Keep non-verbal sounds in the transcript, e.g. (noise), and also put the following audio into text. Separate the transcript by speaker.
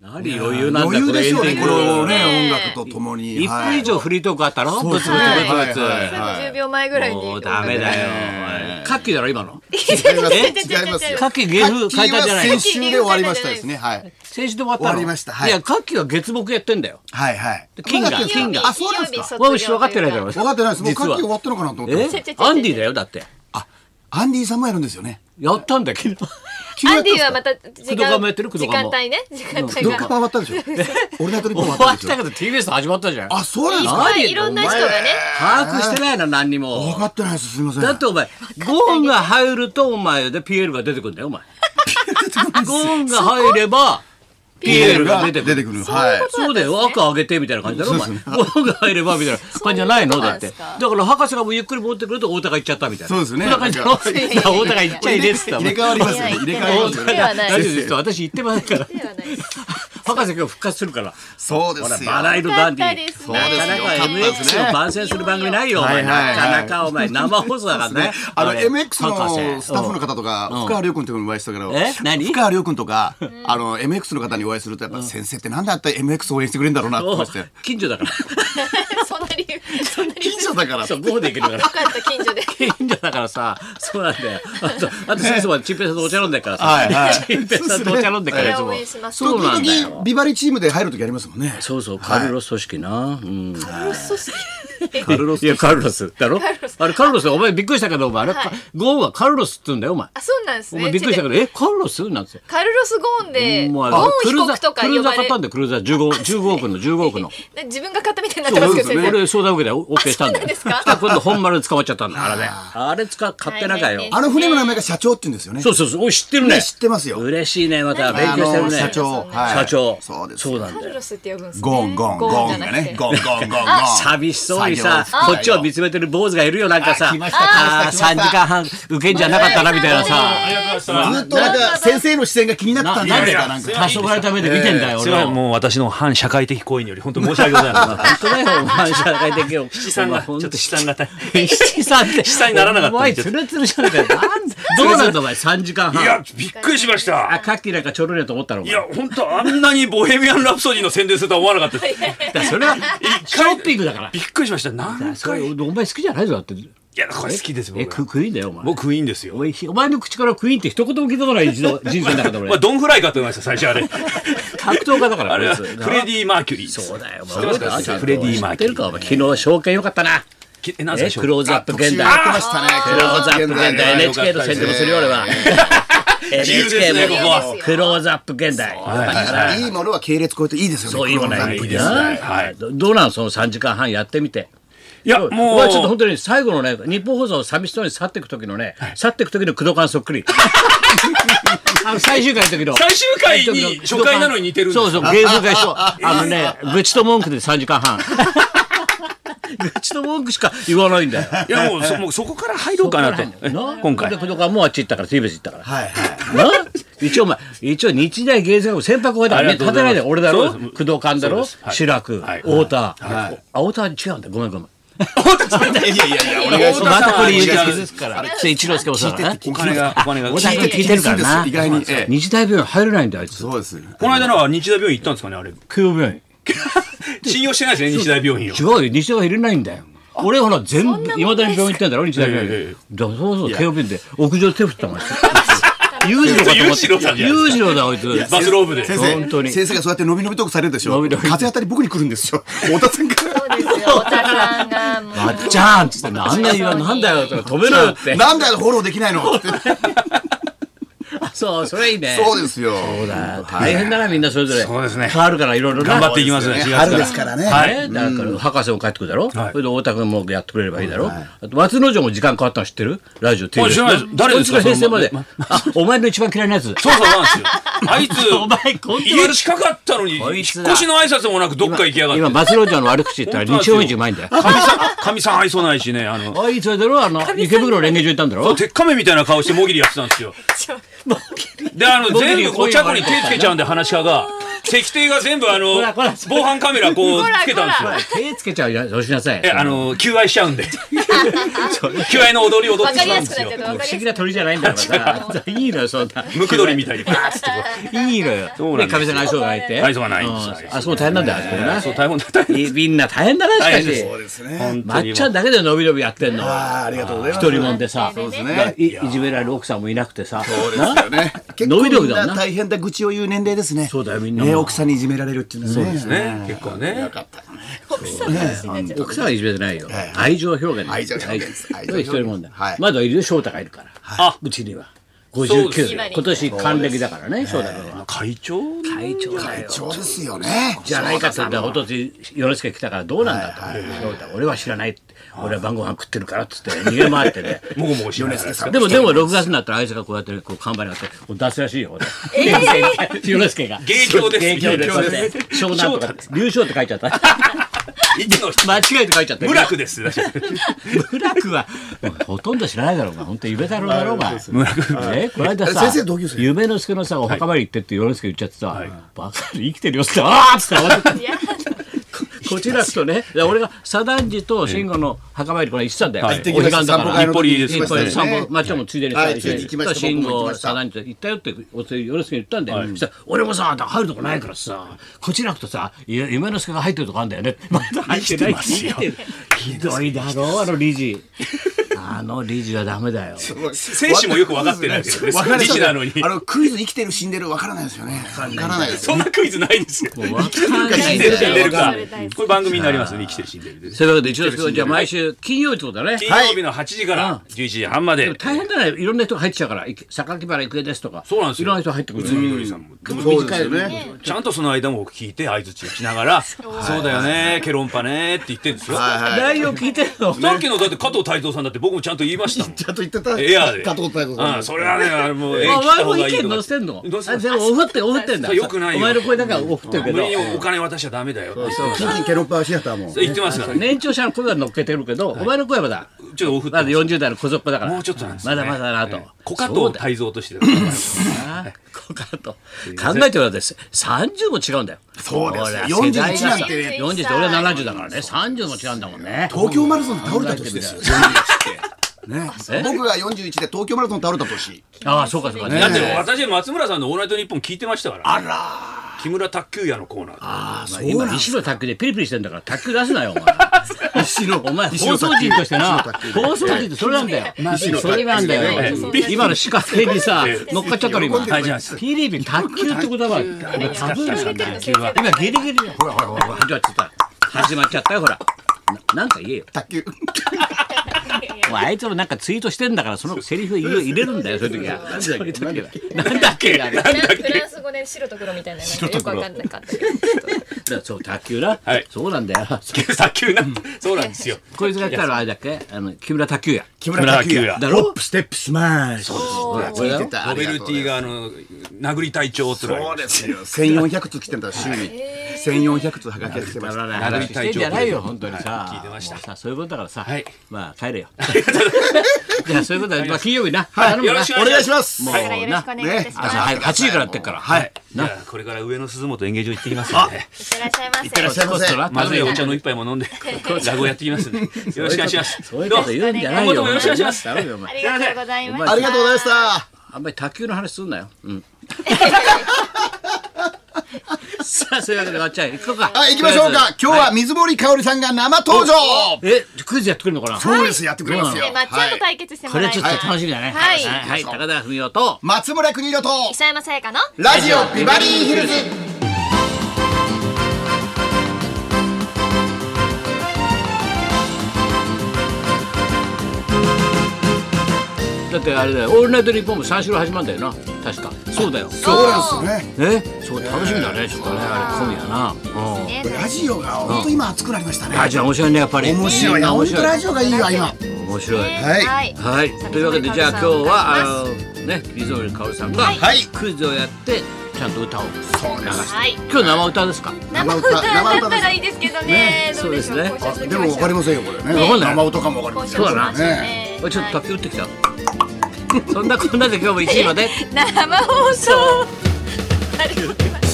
Speaker 1: 何余裕なんだ
Speaker 2: 余裕でしょう
Speaker 1: エン
Speaker 2: ね
Speaker 1: ディン
Speaker 2: こ
Speaker 1: グ
Speaker 2: れを
Speaker 3: ね
Speaker 2: ね音楽とともに
Speaker 1: 一分以上フリートークあったろブツブツブ
Speaker 2: はい
Speaker 1: ツブ
Speaker 2: はい
Speaker 1: ツ
Speaker 2: はい
Speaker 3: 10秒前ぐらいに
Speaker 1: もうダメだよ
Speaker 2: え。え
Speaker 1: カッキーだろ、今の。
Speaker 2: 違います
Speaker 1: え
Speaker 2: (laughs) 違いますよ
Speaker 1: カッキー芸風変えたんじゃない
Speaker 2: カ
Speaker 1: の
Speaker 2: ッキーは先週で終わりましたですねはい
Speaker 1: 先週で終わったの
Speaker 2: 終わりましたはい
Speaker 1: いや、カッキーは月木やってんだよ。
Speaker 2: はいはい
Speaker 1: 金が
Speaker 2: あ
Speaker 1: 金が
Speaker 2: あそうなんですか
Speaker 1: わし分かってないだろ。
Speaker 2: 分かってないですもう
Speaker 1: 実
Speaker 2: カッキ
Speaker 1: は
Speaker 2: ー終わったのかなと思ってま
Speaker 1: え
Speaker 2: した
Speaker 1: アンディだよ、だって。
Speaker 2: あアンディさんもやるんですよね
Speaker 1: やったんだけ
Speaker 2: (laughs)
Speaker 1: ど。
Speaker 3: アンディはまた
Speaker 1: 工
Speaker 3: 時
Speaker 1: 藤さ
Speaker 3: 間
Speaker 1: んもやってる工
Speaker 3: 時
Speaker 1: 藤さん
Speaker 3: 間
Speaker 1: も
Speaker 3: 帯ね時間帯
Speaker 2: ド
Speaker 3: が
Speaker 2: ッカパ終わった
Speaker 1: (laughs)
Speaker 2: でしょオルナイトリップ終
Speaker 1: 終
Speaker 2: わった
Speaker 1: わっ
Speaker 2: んですよ
Speaker 1: たけど TBS 始まったじゃん。
Speaker 2: あそうなんです
Speaker 3: いっ
Speaker 2: か
Speaker 3: ぱいいろんな人がね
Speaker 1: 把握してないの、何に
Speaker 2: 分
Speaker 1: も
Speaker 2: か。ってないですすみません
Speaker 1: だってお前、ゴーンが入ると、お前で PL が出てくるんだよ、お前。ゴーンが入れば、PL が出てくる
Speaker 2: 出。てくるはい
Speaker 1: そうだよ、赤上げてみたいな感じだろ、お前。
Speaker 2: そうですね
Speaker 1: ゴーンが入ればみたいな感じじゃないのだって。
Speaker 3: そうなんですか
Speaker 1: だから博士がもうゆっくり戻ってくると、太田が行っちゃったみたいな。
Speaker 2: そうですね
Speaker 1: んな感じだろ。いや太田が行っちゃいねえっつったもん
Speaker 2: 入れ替わりますよね入れ替わりますよ
Speaker 3: では
Speaker 2: ね
Speaker 3: な
Speaker 1: 大
Speaker 3: い
Speaker 1: 丈夫ですよ私行ってませんから。
Speaker 3: ではないです
Speaker 1: 博士今日復活するから。
Speaker 2: そうで
Speaker 1: ほら、
Speaker 2: すよ
Speaker 1: バラ色ダンディ
Speaker 3: よかったです
Speaker 1: な
Speaker 3: ね
Speaker 1: かなか MX を番宣する番組ないよ、お前。
Speaker 2: はいはい
Speaker 1: な
Speaker 2: はい
Speaker 1: かなか、お前、生放送だからね。
Speaker 2: あの
Speaker 1: れ
Speaker 2: MX のスタッフの
Speaker 1: 博士
Speaker 2: 方とか深川亮君とかにお会いしたけど
Speaker 1: え何
Speaker 2: 深川亮君とかあの MX の方にお会いするとやっぱ先生ってなんであったら MX 応援してくれるんだろうなって思いまし
Speaker 1: お
Speaker 2: て
Speaker 1: 近所だから。
Speaker 3: そんな理由そんな理由
Speaker 2: 近所だから
Speaker 1: そう、ゴーで行けるから
Speaker 3: よ。かった近所で
Speaker 1: 近所だからさ、そうなんだよ。あと、あと、先生はチンペイさんとお茶飲んでっからさ。
Speaker 2: はい (laughs) はい
Speaker 1: チンペイさんとお茶飲んでっからいつ
Speaker 3: そう
Speaker 1: も
Speaker 3: ですね。
Speaker 1: そうなんだ
Speaker 2: 時
Speaker 1: よ。
Speaker 2: 々ビバリチームで入る時ありますもんね
Speaker 1: そうそう、カルロス組織な。うん。
Speaker 3: そして
Speaker 1: カルロス。いや、カルロス。だろあれ、カルロス、お前びっくりしたけど、お前、あれ、
Speaker 3: はい
Speaker 1: ゴーンはカルロスって言うんだよ、お前。
Speaker 3: あそうなんです
Speaker 1: お
Speaker 3: ね
Speaker 1: 前びっくりしたけど、え、カルロスなんて。
Speaker 3: カルロス・ゴーンで
Speaker 1: お
Speaker 3: ゴ
Speaker 1: 前
Speaker 3: ーン
Speaker 1: ク
Speaker 3: 被
Speaker 1: ルーザ
Speaker 3: 告と
Speaker 1: ー、
Speaker 3: か
Speaker 1: クルー
Speaker 3: 呼
Speaker 1: ザー
Speaker 3: ば
Speaker 1: 買っ
Speaker 3: れ
Speaker 1: たんだよ、クルーザー15、15億の、15億の。
Speaker 3: な自分が買ったみたいになってます
Speaker 1: 俺
Speaker 3: けど先生
Speaker 1: 俺相談受けたよ OK したんだよ
Speaker 3: そうなんですか
Speaker 1: そしたら今度本丸で捕まっちゃったんだからねあれ使買ってなかよ
Speaker 3: 大変です
Speaker 2: あの船の名前が社長って言うんですよね
Speaker 1: そうそうそうおい知ってるね
Speaker 2: ね知ってますよ
Speaker 1: 嬉しいねまた勉
Speaker 2: あ
Speaker 1: 強してる
Speaker 2: の
Speaker 1: ね
Speaker 2: 社長はい
Speaker 1: 社長
Speaker 2: そうです
Speaker 1: そうなん
Speaker 3: カ
Speaker 1: だ
Speaker 3: ル
Speaker 1: よ
Speaker 3: ロスって呼ぶんですね
Speaker 2: ゴンゴン
Speaker 3: ゴ
Speaker 2: ゴ
Speaker 3: ン
Speaker 2: ン
Speaker 3: じゃ
Speaker 2: が
Speaker 3: なく
Speaker 2: ね
Speaker 3: て
Speaker 2: ゴンゴンゴンゴン
Speaker 1: 寂しそうにさ
Speaker 2: 作業
Speaker 1: こっちを見つめてる坊主がいるよなんかさ
Speaker 2: あ来ました
Speaker 1: あー
Speaker 2: 来ました
Speaker 1: 3時間半受けんじゃなかったなみたいなさ
Speaker 4: ありがとうございま
Speaker 2: ず
Speaker 4: し
Speaker 2: っとなんか先生の視線が気になったんじゃないですかなんか
Speaker 1: 多少がためで見てんだよ
Speaker 4: た。
Speaker 1: 俺
Speaker 4: それ
Speaker 1: は
Speaker 4: はもう私の反社会的行為により本当申し訳ござい (laughs) ません。
Speaker 1: 本当だよ、お前社会的よ。七
Speaker 4: さんが
Speaker 1: ちょ
Speaker 4: ちょっと七三が大
Speaker 1: 変。 (laughs) 七三って。
Speaker 4: 七三にならなかった
Speaker 1: お前、つるつるじゃねえかよ。なんだ (laughs) どうなんだ、お前、三時間
Speaker 4: いや
Speaker 1: 半。、
Speaker 4: びっくりしまし
Speaker 1: あ、
Speaker 4: た。
Speaker 1: カッキーなんかちょろりやと思ったの。お
Speaker 4: い
Speaker 1: 前
Speaker 4: や、本当あんなにボヘミアン・ラプソディの宣伝するとは思わなかったです。
Speaker 1: だからそれは、ショッピングだから。
Speaker 4: びっくりしました。何
Speaker 1: そ
Speaker 4: 回。
Speaker 1: れ
Speaker 4: い
Speaker 1: お前好きじゃないぞ、だって。
Speaker 4: や、これ好きですよ
Speaker 1: え、
Speaker 4: 僕
Speaker 1: ク
Speaker 4: は。
Speaker 1: クイーンだよ、お前。
Speaker 4: 僕いいんですよ。
Speaker 1: お前ひお前の口からクイーンって一言も聞いたことない
Speaker 4: (laughs)
Speaker 1: 一度人生の中で
Speaker 4: まあ、
Speaker 1: 俺。
Speaker 4: ドンフライかと思いました、最初 (laughs) あれ。
Speaker 1: 格闘家だから、
Speaker 4: あれ
Speaker 1: こい
Speaker 4: は、
Speaker 1: つ
Speaker 4: フレ
Speaker 1: な
Speaker 4: ディ・マーキュリー。
Speaker 1: そうだよ、お
Speaker 4: 知ってますか
Speaker 1: ちゃんと
Speaker 4: フレディマーキ
Speaker 1: 知って
Speaker 4: ュリー
Speaker 1: るか、お前。昨日、証券よかったな。
Speaker 4: きえ、なん
Speaker 1: え
Speaker 4: すか
Speaker 1: クローズアップ現代
Speaker 2: や。ってましたね
Speaker 1: クローズアップ現代
Speaker 4: よかった
Speaker 1: NHK
Speaker 4: です
Speaker 1: の宣伝もするよ俺は
Speaker 4: 由です
Speaker 1: NHK
Speaker 4: ねここは
Speaker 1: もクローズアップ現代
Speaker 2: はいいいものは系列超えていいですよね
Speaker 1: そういうの
Speaker 2: この
Speaker 1: な
Speaker 2: 番
Speaker 1: い
Speaker 2: 組
Speaker 1: い
Speaker 2: で
Speaker 1: な
Speaker 2: すね
Speaker 4: はい
Speaker 1: どどうなんその3時間半やってみて
Speaker 4: いや、
Speaker 1: も
Speaker 4: も
Speaker 1: うちょっと本
Speaker 4: う、
Speaker 1: 当に最後のね日本放送寂しそうに去っていく時のね去っていく時の工藤館そっくり (laughs) あの最終回の時の
Speaker 4: 最終回に初回なのに似てるんです
Speaker 1: そ
Speaker 4: よ
Speaker 1: うそう芸風 (laughs) が一緒あのね愚痴と文句で3時間半 (laughs) 愚痴と文句しか言わないんだよ
Speaker 4: いや、もうそ、もうそこから入ろうかなと。え今回
Speaker 1: で。工藤館もうあっち行ったから TBS 行ったから
Speaker 2: はい
Speaker 1: (laughs)
Speaker 2: はい
Speaker 1: な一応お前一応日大芸術学部先輩後輩だから
Speaker 4: ありがと
Speaker 1: 立
Speaker 4: うご
Speaker 1: て
Speaker 4: ざい
Speaker 1: な
Speaker 4: ま
Speaker 1: い
Speaker 4: す
Speaker 1: で俺だろ
Speaker 4: そ
Speaker 1: 工
Speaker 4: うです
Speaker 1: 藤館だろ
Speaker 4: そうですはい
Speaker 1: 志らく
Speaker 4: はい
Speaker 1: 太田
Speaker 4: はい
Speaker 1: あ太田は違うんだごめんごめん
Speaker 2: いやいやいやお願いしま
Speaker 1: ま
Speaker 2: す
Speaker 1: たこれ言うと
Speaker 4: 太田さんは違う
Speaker 1: 傷つくからそれ一之輔もさえ
Speaker 4: お金が、お金が。
Speaker 1: 太田君聞
Speaker 2: 聞い
Speaker 1: い
Speaker 2: て
Speaker 1: て
Speaker 2: る
Speaker 1: る
Speaker 2: か
Speaker 1: からら
Speaker 2: な
Speaker 1: な
Speaker 2: 意外にええ
Speaker 1: 日大病院入れないんだよあいつ
Speaker 2: そうです
Speaker 4: この間のは日大病院行ったんですかね、あれ。
Speaker 1: 供養病院
Speaker 4: 信用してないですね、日大病院を
Speaker 1: 違。うよ日大は入れないんだよ俺ほら全部いまだに病院行ってんだろ日大病
Speaker 4: いやいやいや
Speaker 1: 院だからそうそう慶応病院で屋上で手振ったもん
Speaker 4: (laughs)
Speaker 1: 裕次郎かと思
Speaker 4: 裕
Speaker 1: って
Speaker 4: 次郎さんじゃないですか
Speaker 1: 裕次郎だあいつ
Speaker 4: バスローブで。
Speaker 2: 先生
Speaker 1: 本当に
Speaker 2: 先生がそうやって伸び伸びとくされるでしょ
Speaker 1: 伸び伸び
Speaker 2: 風当たり僕に来るんで
Speaker 1: (laughs)
Speaker 2: すよ太田さんから
Speaker 3: そうですよ太田さんがもう
Speaker 1: あっちゃんっつってなんだよなんだよって止めろよって
Speaker 2: なんでフォローできない
Speaker 1: (laughs)
Speaker 2: のって
Speaker 1: そうそれいいね
Speaker 2: そうですよ
Speaker 1: 大変だなみんなそれぞれ
Speaker 4: そうですね
Speaker 1: 変わるからいろいろな
Speaker 4: 頑張っていきますね。
Speaker 2: ね
Speaker 4: 4月
Speaker 2: 春ですからね
Speaker 4: は
Speaker 1: ね、
Speaker 4: い
Speaker 1: だから博士も帰ってくるだろ、
Speaker 4: はい
Speaker 1: それで太田君もやってくれればいいだろ、あと松之丞も時間変わったの知ってるラジオテレビ
Speaker 4: 知らないです誰ですか
Speaker 1: 先生まで
Speaker 4: その
Speaker 1: あお前の一番嫌いなやつ
Speaker 4: そうそうな
Speaker 1: (laughs)
Speaker 4: んですよ。あいつ、
Speaker 1: お前こんな
Speaker 4: 家近かったのに、引っ
Speaker 1: こい
Speaker 4: 越し
Speaker 1: つだ
Speaker 4: の挨拶もなくどっか行きやがって。
Speaker 1: 今松之丞の悪口言ったら
Speaker 4: 本当なんです
Speaker 1: 日
Speaker 4: よ
Speaker 1: 曜日うまいんだよ
Speaker 4: かみさん、かみさん愛想ないしね、あの、
Speaker 1: あいつはだろあの池袋連携所行ったんだろ
Speaker 4: 鉄仮面みたいな顔してもぎりやってたんですよ。で、あの、
Speaker 1: もぎり
Speaker 4: 全部お茶子に手つけちゃうんで、話し家が。石庭が全部あの
Speaker 1: ほらほら
Speaker 4: 防犯カメラこう
Speaker 3: ほら
Speaker 4: つけたんですよ
Speaker 3: ほら
Speaker 1: 手つけちゃうよしなさい。
Speaker 4: えあの求愛しちゃう
Speaker 1: (laughs)
Speaker 4: んで (laughs) 求愛の踊り踊ってしまうんですよ
Speaker 3: わかりやすくなっちゃう
Speaker 1: 不思議な鳥じゃないんだからさ。いいのよ、そんな。
Speaker 4: ムクドリみたいにバーッつってこ
Speaker 1: いいのよ。
Speaker 4: そうなんですよ
Speaker 1: ね、神さんの相性がないって。
Speaker 4: 相性がないんです
Speaker 1: うんあ、そう大変なんだよ、あそこ
Speaker 4: う
Speaker 1: な
Speaker 4: そう大変だ大変
Speaker 1: いみん (laughs) な大変だな、しか
Speaker 4: 大変
Speaker 1: し
Speaker 4: で。
Speaker 2: そうですね。
Speaker 1: まっちゃんだけで伸び伸びやってんの。
Speaker 2: あーありがとうございます。
Speaker 1: 一人もんでさ。
Speaker 3: そうです
Speaker 2: ね
Speaker 1: だからいいじめられる奥さんもいなくてさ。
Speaker 2: そうですよね。結
Speaker 1: 伸び
Speaker 2: 構
Speaker 1: 伸び
Speaker 2: みん
Speaker 1: だもんな
Speaker 2: な大変だ愚痴を言う年齢ですね。
Speaker 1: そうだよみんな
Speaker 2: ね奥さんにいじめられるっていうのはね。そうです
Speaker 4: ね結構ね
Speaker 3: 奥さんの話になっちゃう
Speaker 1: 奥さんはいじめてないよ
Speaker 2: はい。
Speaker 1: 愛情表現
Speaker 2: 愛情表現です
Speaker 1: 愛情表現一人もんだ
Speaker 2: はい。
Speaker 1: まだいるよ、翔太がいるから。
Speaker 4: あ
Speaker 1: うちには。
Speaker 4: そうです
Speaker 1: 59。今年還暦だからね、翔太君は。
Speaker 4: 会長
Speaker 1: 会長だよ。
Speaker 2: そうですよね。
Speaker 1: じゃないかって言ったら、おとつよろしく来たからどうなんだと。翔太俺は知らないって。俺は晩ご飯食ってるからって言って逃げ回ってね。
Speaker 4: もごもごしながら
Speaker 2: さん
Speaker 1: でも、でも、6月になったら、あいつがこうやって、こう、看板になって、こう出すらしいよ、俺。 (laughs) ヨネスケが。
Speaker 4: 芸協です
Speaker 1: 芸協で
Speaker 4: 芸
Speaker 1: す。こ
Speaker 4: 協
Speaker 1: うや
Speaker 4: で
Speaker 1: って湘南とかって、流暢って書いちゃった。
Speaker 4: 息の
Speaker 1: (laughs) 間違えて書いちゃった。
Speaker 4: 無楽です
Speaker 2: (laughs)
Speaker 4: らしい
Speaker 1: ブラクはほとんど知らないだろうが本当に夢太郎だろうが
Speaker 4: 無楽
Speaker 1: ねこの間さ
Speaker 2: 先生同級生
Speaker 1: 夢之助のさお墓参り行ってって之助言っちゃってさ、バカで生きてるよっつってああっつって慌てて
Speaker 3: いや
Speaker 1: こちらすとね俺が左段次と慎吾の墓参りこれ行ってたんだよ、
Speaker 4: はい
Speaker 1: お時間だから
Speaker 4: 日暮里です
Speaker 1: いっぱい散歩、
Speaker 2: ね。
Speaker 1: まあ、ちゃんもついでに
Speaker 2: は
Speaker 1: さ、
Speaker 2: い
Speaker 1: 一緒に
Speaker 2: ついでに行きました
Speaker 1: 慎
Speaker 2: 僕も行き
Speaker 1: 吾、
Speaker 2: ました
Speaker 1: さだに行ったよって、おつよろしく言ったんで、そしたら、俺もさ、入るとこないからさ、こちらくとさ、いや夢の助が入ってるとこあるんだよね。まだ入ってない。
Speaker 4: 生きてますよ
Speaker 1: 生きてるひどいだろう、あの理事。あの理事はダメだよ。
Speaker 4: 選手もよく分かってないです (laughs) よね
Speaker 2: わかんい
Speaker 4: 理事なのに
Speaker 2: あのクイズ生きてる死んでるわからないですよね。わからないです。
Speaker 4: そんなクイズないですよ
Speaker 1: わかん
Speaker 4: 生
Speaker 1: ない
Speaker 4: き
Speaker 1: ん
Speaker 4: てる
Speaker 1: だ
Speaker 4: 死ん
Speaker 1: よ
Speaker 4: でるか
Speaker 3: それ大事
Speaker 4: これ番組になりますね生きてる死んでるで
Speaker 1: そういうわけで、一之輔君、じゃあ毎週金曜日ってことだね。
Speaker 4: 金曜日の8時から11時半まで
Speaker 1: 大変だね、いろんな人が入ってきちゃうから、いけ榊原郁恵ですとか、
Speaker 4: そうなんです
Speaker 1: い
Speaker 4: よ
Speaker 1: ろんな人が入ってくる。
Speaker 4: みどりさんも
Speaker 1: でも
Speaker 2: そうで
Speaker 1: 短い
Speaker 2: す
Speaker 1: よね。
Speaker 2: よね。
Speaker 4: ちゃんとその間も聞いて相槌をしながら「そうだよねケロンパね」って言ってるんですよさ
Speaker 2: はいはい。
Speaker 1: 内容聞いてるの
Speaker 4: っきのだって加藤泰造さんだって僕もちゃんと言いましたもん
Speaker 2: ちゃんと言ってた。
Speaker 4: エアーで
Speaker 2: 加藤太
Speaker 4: あ
Speaker 2: 子
Speaker 4: あ
Speaker 2: さ
Speaker 4: それはねあれもう縁切
Speaker 1: あお
Speaker 4: った
Speaker 1: 前
Speaker 4: 方
Speaker 1: も
Speaker 4: が
Speaker 1: 意
Speaker 4: いい
Speaker 1: 見
Speaker 4: と
Speaker 1: 載
Speaker 4: か
Speaker 1: せんの
Speaker 4: 載せ
Speaker 1: あでもおふっておふってんだ
Speaker 4: それ良くないよ
Speaker 1: お前の声だけはおふってるけ
Speaker 4: 無
Speaker 1: ど
Speaker 4: 理にお金渡しちゃダメだよって
Speaker 2: ん。近々ケロッパーシアターも。
Speaker 4: 言ってますからね
Speaker 1: 年長者の声は乗っけてるけどお前の声はまだ
Speaker 4: ちょっとオフって
Speaker 1: ま
Speaker 4: ま
Speaker 1: だ
Speaker 4: す
Speaker 1: 40代の小僧っ子だから
Speaker 4: もうちょっとなんです
Speaker 1: ま
Speaker 4: よね
Speaker 1: だまだなと
Speaker 4: ええ小加
Speaker 1: そう
Speaker 4: 藤
Speaker 1: だ
Speaker 4: 泰造として
Speaker 1: (laughs) な小加藤考えてるわです30も違うんだよ
Speaker 2: そうですよ
Speaker 1: 俺世代がさ
Speaker 2: 41なんて
Speaker 1: 40って俺は70だからね30も違うんだもんね
Speaker 2: 東京マラソンで倒れた年ですよ。41ってね。僕が41で東京マラソン倒れた年。
Speaker 1: ああそうかそうか
Speaker 4: だって
Speaker 1: ね
Speaker 4: 私松村さんの「オールナイトニッポン」聞いてましたからあら木村卓球屋のコーナ (laughs) ー
Speaker 1: まあ今石の卓球でピリピリしてんだから卓球出すなよお前 (laughs)
Speaker 2: 石の
Speaker 1: お前放送人としてな放送人ってそれなんだよそれなんだよ今の仕掛けにさ乗っかっちゃったの今
Speaker 2: 喜んでる
Speaker 1: はいじゃあピリピリ卓球って言葉はタブーなんだよ今ギリギリほらほらほらほら始まっちゃった始まっちゃったよほらななんか言えよ
Speaker 2: 卓球。
Speaker 1: お前あいつもなんかツイートしてんだからそのセリフ入れ入れるんだよそういう時はそういう時はなんだっけなんだっ
Speaker 3: フランフランス語で白と黒みたいななんかよくわかんなかったけど
Speaker 1: けそう卓球な
Speaker 4: はい
Speaker 1: そうなんだよ
Speaker 4: 卓球なそうなんですよ
Speaker 1: こいつが来たらあれだっけあの木村卓球や
Speaker 2: 木
Speaker 4: 村卓球屋
Speaker 1: だ
Speaker 2: ロ
Speaker 1: ろ
Speaker 2: ップステップスマッシュ。そうです。ついてた。
Speaker 4: ノベルティがあの殴り隊長つら
Speaker 2: そう
Speaker 4: い
Speaker 2: ですよ。千四百通来てんだ週に。千四百通はがきが来てました。
Speaker 1: な話してんじゃないよ、本当にさ。
Speaker 4: 聞いてました
Speaker 1: もうさ、そういうことだからさ
Speaker 4: はい、
Speaker 1: まあ、
Speaker 4: (laughs)
Speaker 1: 帰れよ。じゃあ、そういうことだ、まあ、金曜日な。
Speaker 2: はい
Speaker 1: 頼むよ
Speaker 4: よ
Speaker 1: な
Speaker 4: ろしく
Speaker 2: お願いします。
Speaker 1: もう
Speaker 2: はい。
Speaker 1: な
Speaker 3: よろしくお願いいたしま
Speaker 1: 朝
Speaker 3: す
Speaker 1: 早く8時からやってっから。
Speaker 2: はい。
Speaker 4: じゃあこれから上野鈴本演芸場行ってきますので
Speaker 3: いってらっしゃ
Speaker 2: らっしゃい
Speaker 3: いませ
Speaker 2: ませ
Speaker 1: そら
Speaker 4: まずい
Speaker 1: 頼
Speaker 4: お
Speaker 1: むよ
Speaker 4: 茶の一杯も
Speaker 1: (laughs)
Speaker 4: 飲んで落語やってきますんでよろしくお願いします
Speaker 1: そういうこと言うんじゃないよ。
Speaker 4: どうもよろしくお願いします
Speaker 1: 頼むよお前
Speaker 3: ありがとうございました
Speaker 2: ありがとうございました。
Speaker 1: あんまり卓球の話すんなよ。
Speaker 4: (laughs)
Speaker 1: うん。さあ、そういうわけで、まっちゃん、行こうか。
Speaker 2: はい、行きましょうか。今日は水森かおりさんが生登場。
Speaker 1: え、クイズやってくれるのかな
Speaker 2: そうです、やってくれます
Speaker 3: で
Speaker 2: よ。
Speaker 3: まっちゃん
Speaker 2: は
Speaker 3: と
Speaker 2: い
Speaker 3: 対決しても
Speaker 1: こ
Speaker 3: らい
Speaker 1: れ
Speaker 3: ます
Speaker 1: ちょっと楽しみだね。
Speaker 3: はい
Speaker 1: はい、高田文夫と、
Speaker 2: 松村邦洋と
Speaker 3: 石山さやかの
Speaker 2: ラジオビバリーヒルズ。
Speaker 1: だってあれだよ、オールナイトニッポンも三四郎始まるんだよな。確か。そうだよ。
Speaker 2: そうなんですね。
Speaker 1: えそう楽しみだねちょっとねあれ今夜なうん
Speaker 3: ね
Speaker 2: ラジオが本当今熱くなりましたね。
Speaker 1: あじゃあ面白いねやっぱり
Speaker 2: 面白い
Speaker 1: ね
Speaker 2: な。
Speaker 1: 面
Speaker 2: 本当
Speaker 1: 白
Speaker 2: ラ
Speaker 1: い
Speaker 2: ジオがいいわ今。
Speaker 1: 面白い
Speaker 2: はい
Speaker 3: はい
Speaker 1: はいというわけでじゃあ今日はあのね水森かおりさんが
Speaker 2: はい
Speaker 1: クイズをやってちゃんと歌を流
Speaker 2: そうです。
Speaker 3: はい
Speaker 1: 今日生歌ですか
Speaker 3: 生歌だったらいいですけどねどうでしょう
Speaker 1: ね
Speaker 3: 交渉しておき
Speaker 2: でも
Speaker 3: ましょ
Speaker 2: わかりませんよこれね。
Speaker 1: わかんない
Speaker 2: 生音かもわかりません
Speaker 1: そうだな
Speaker 2: ね
Speaker 1: おいちょっと卓球打ってきたそんなこんなで今日も1位まで
Speaker 3: 生放送ありがとうございます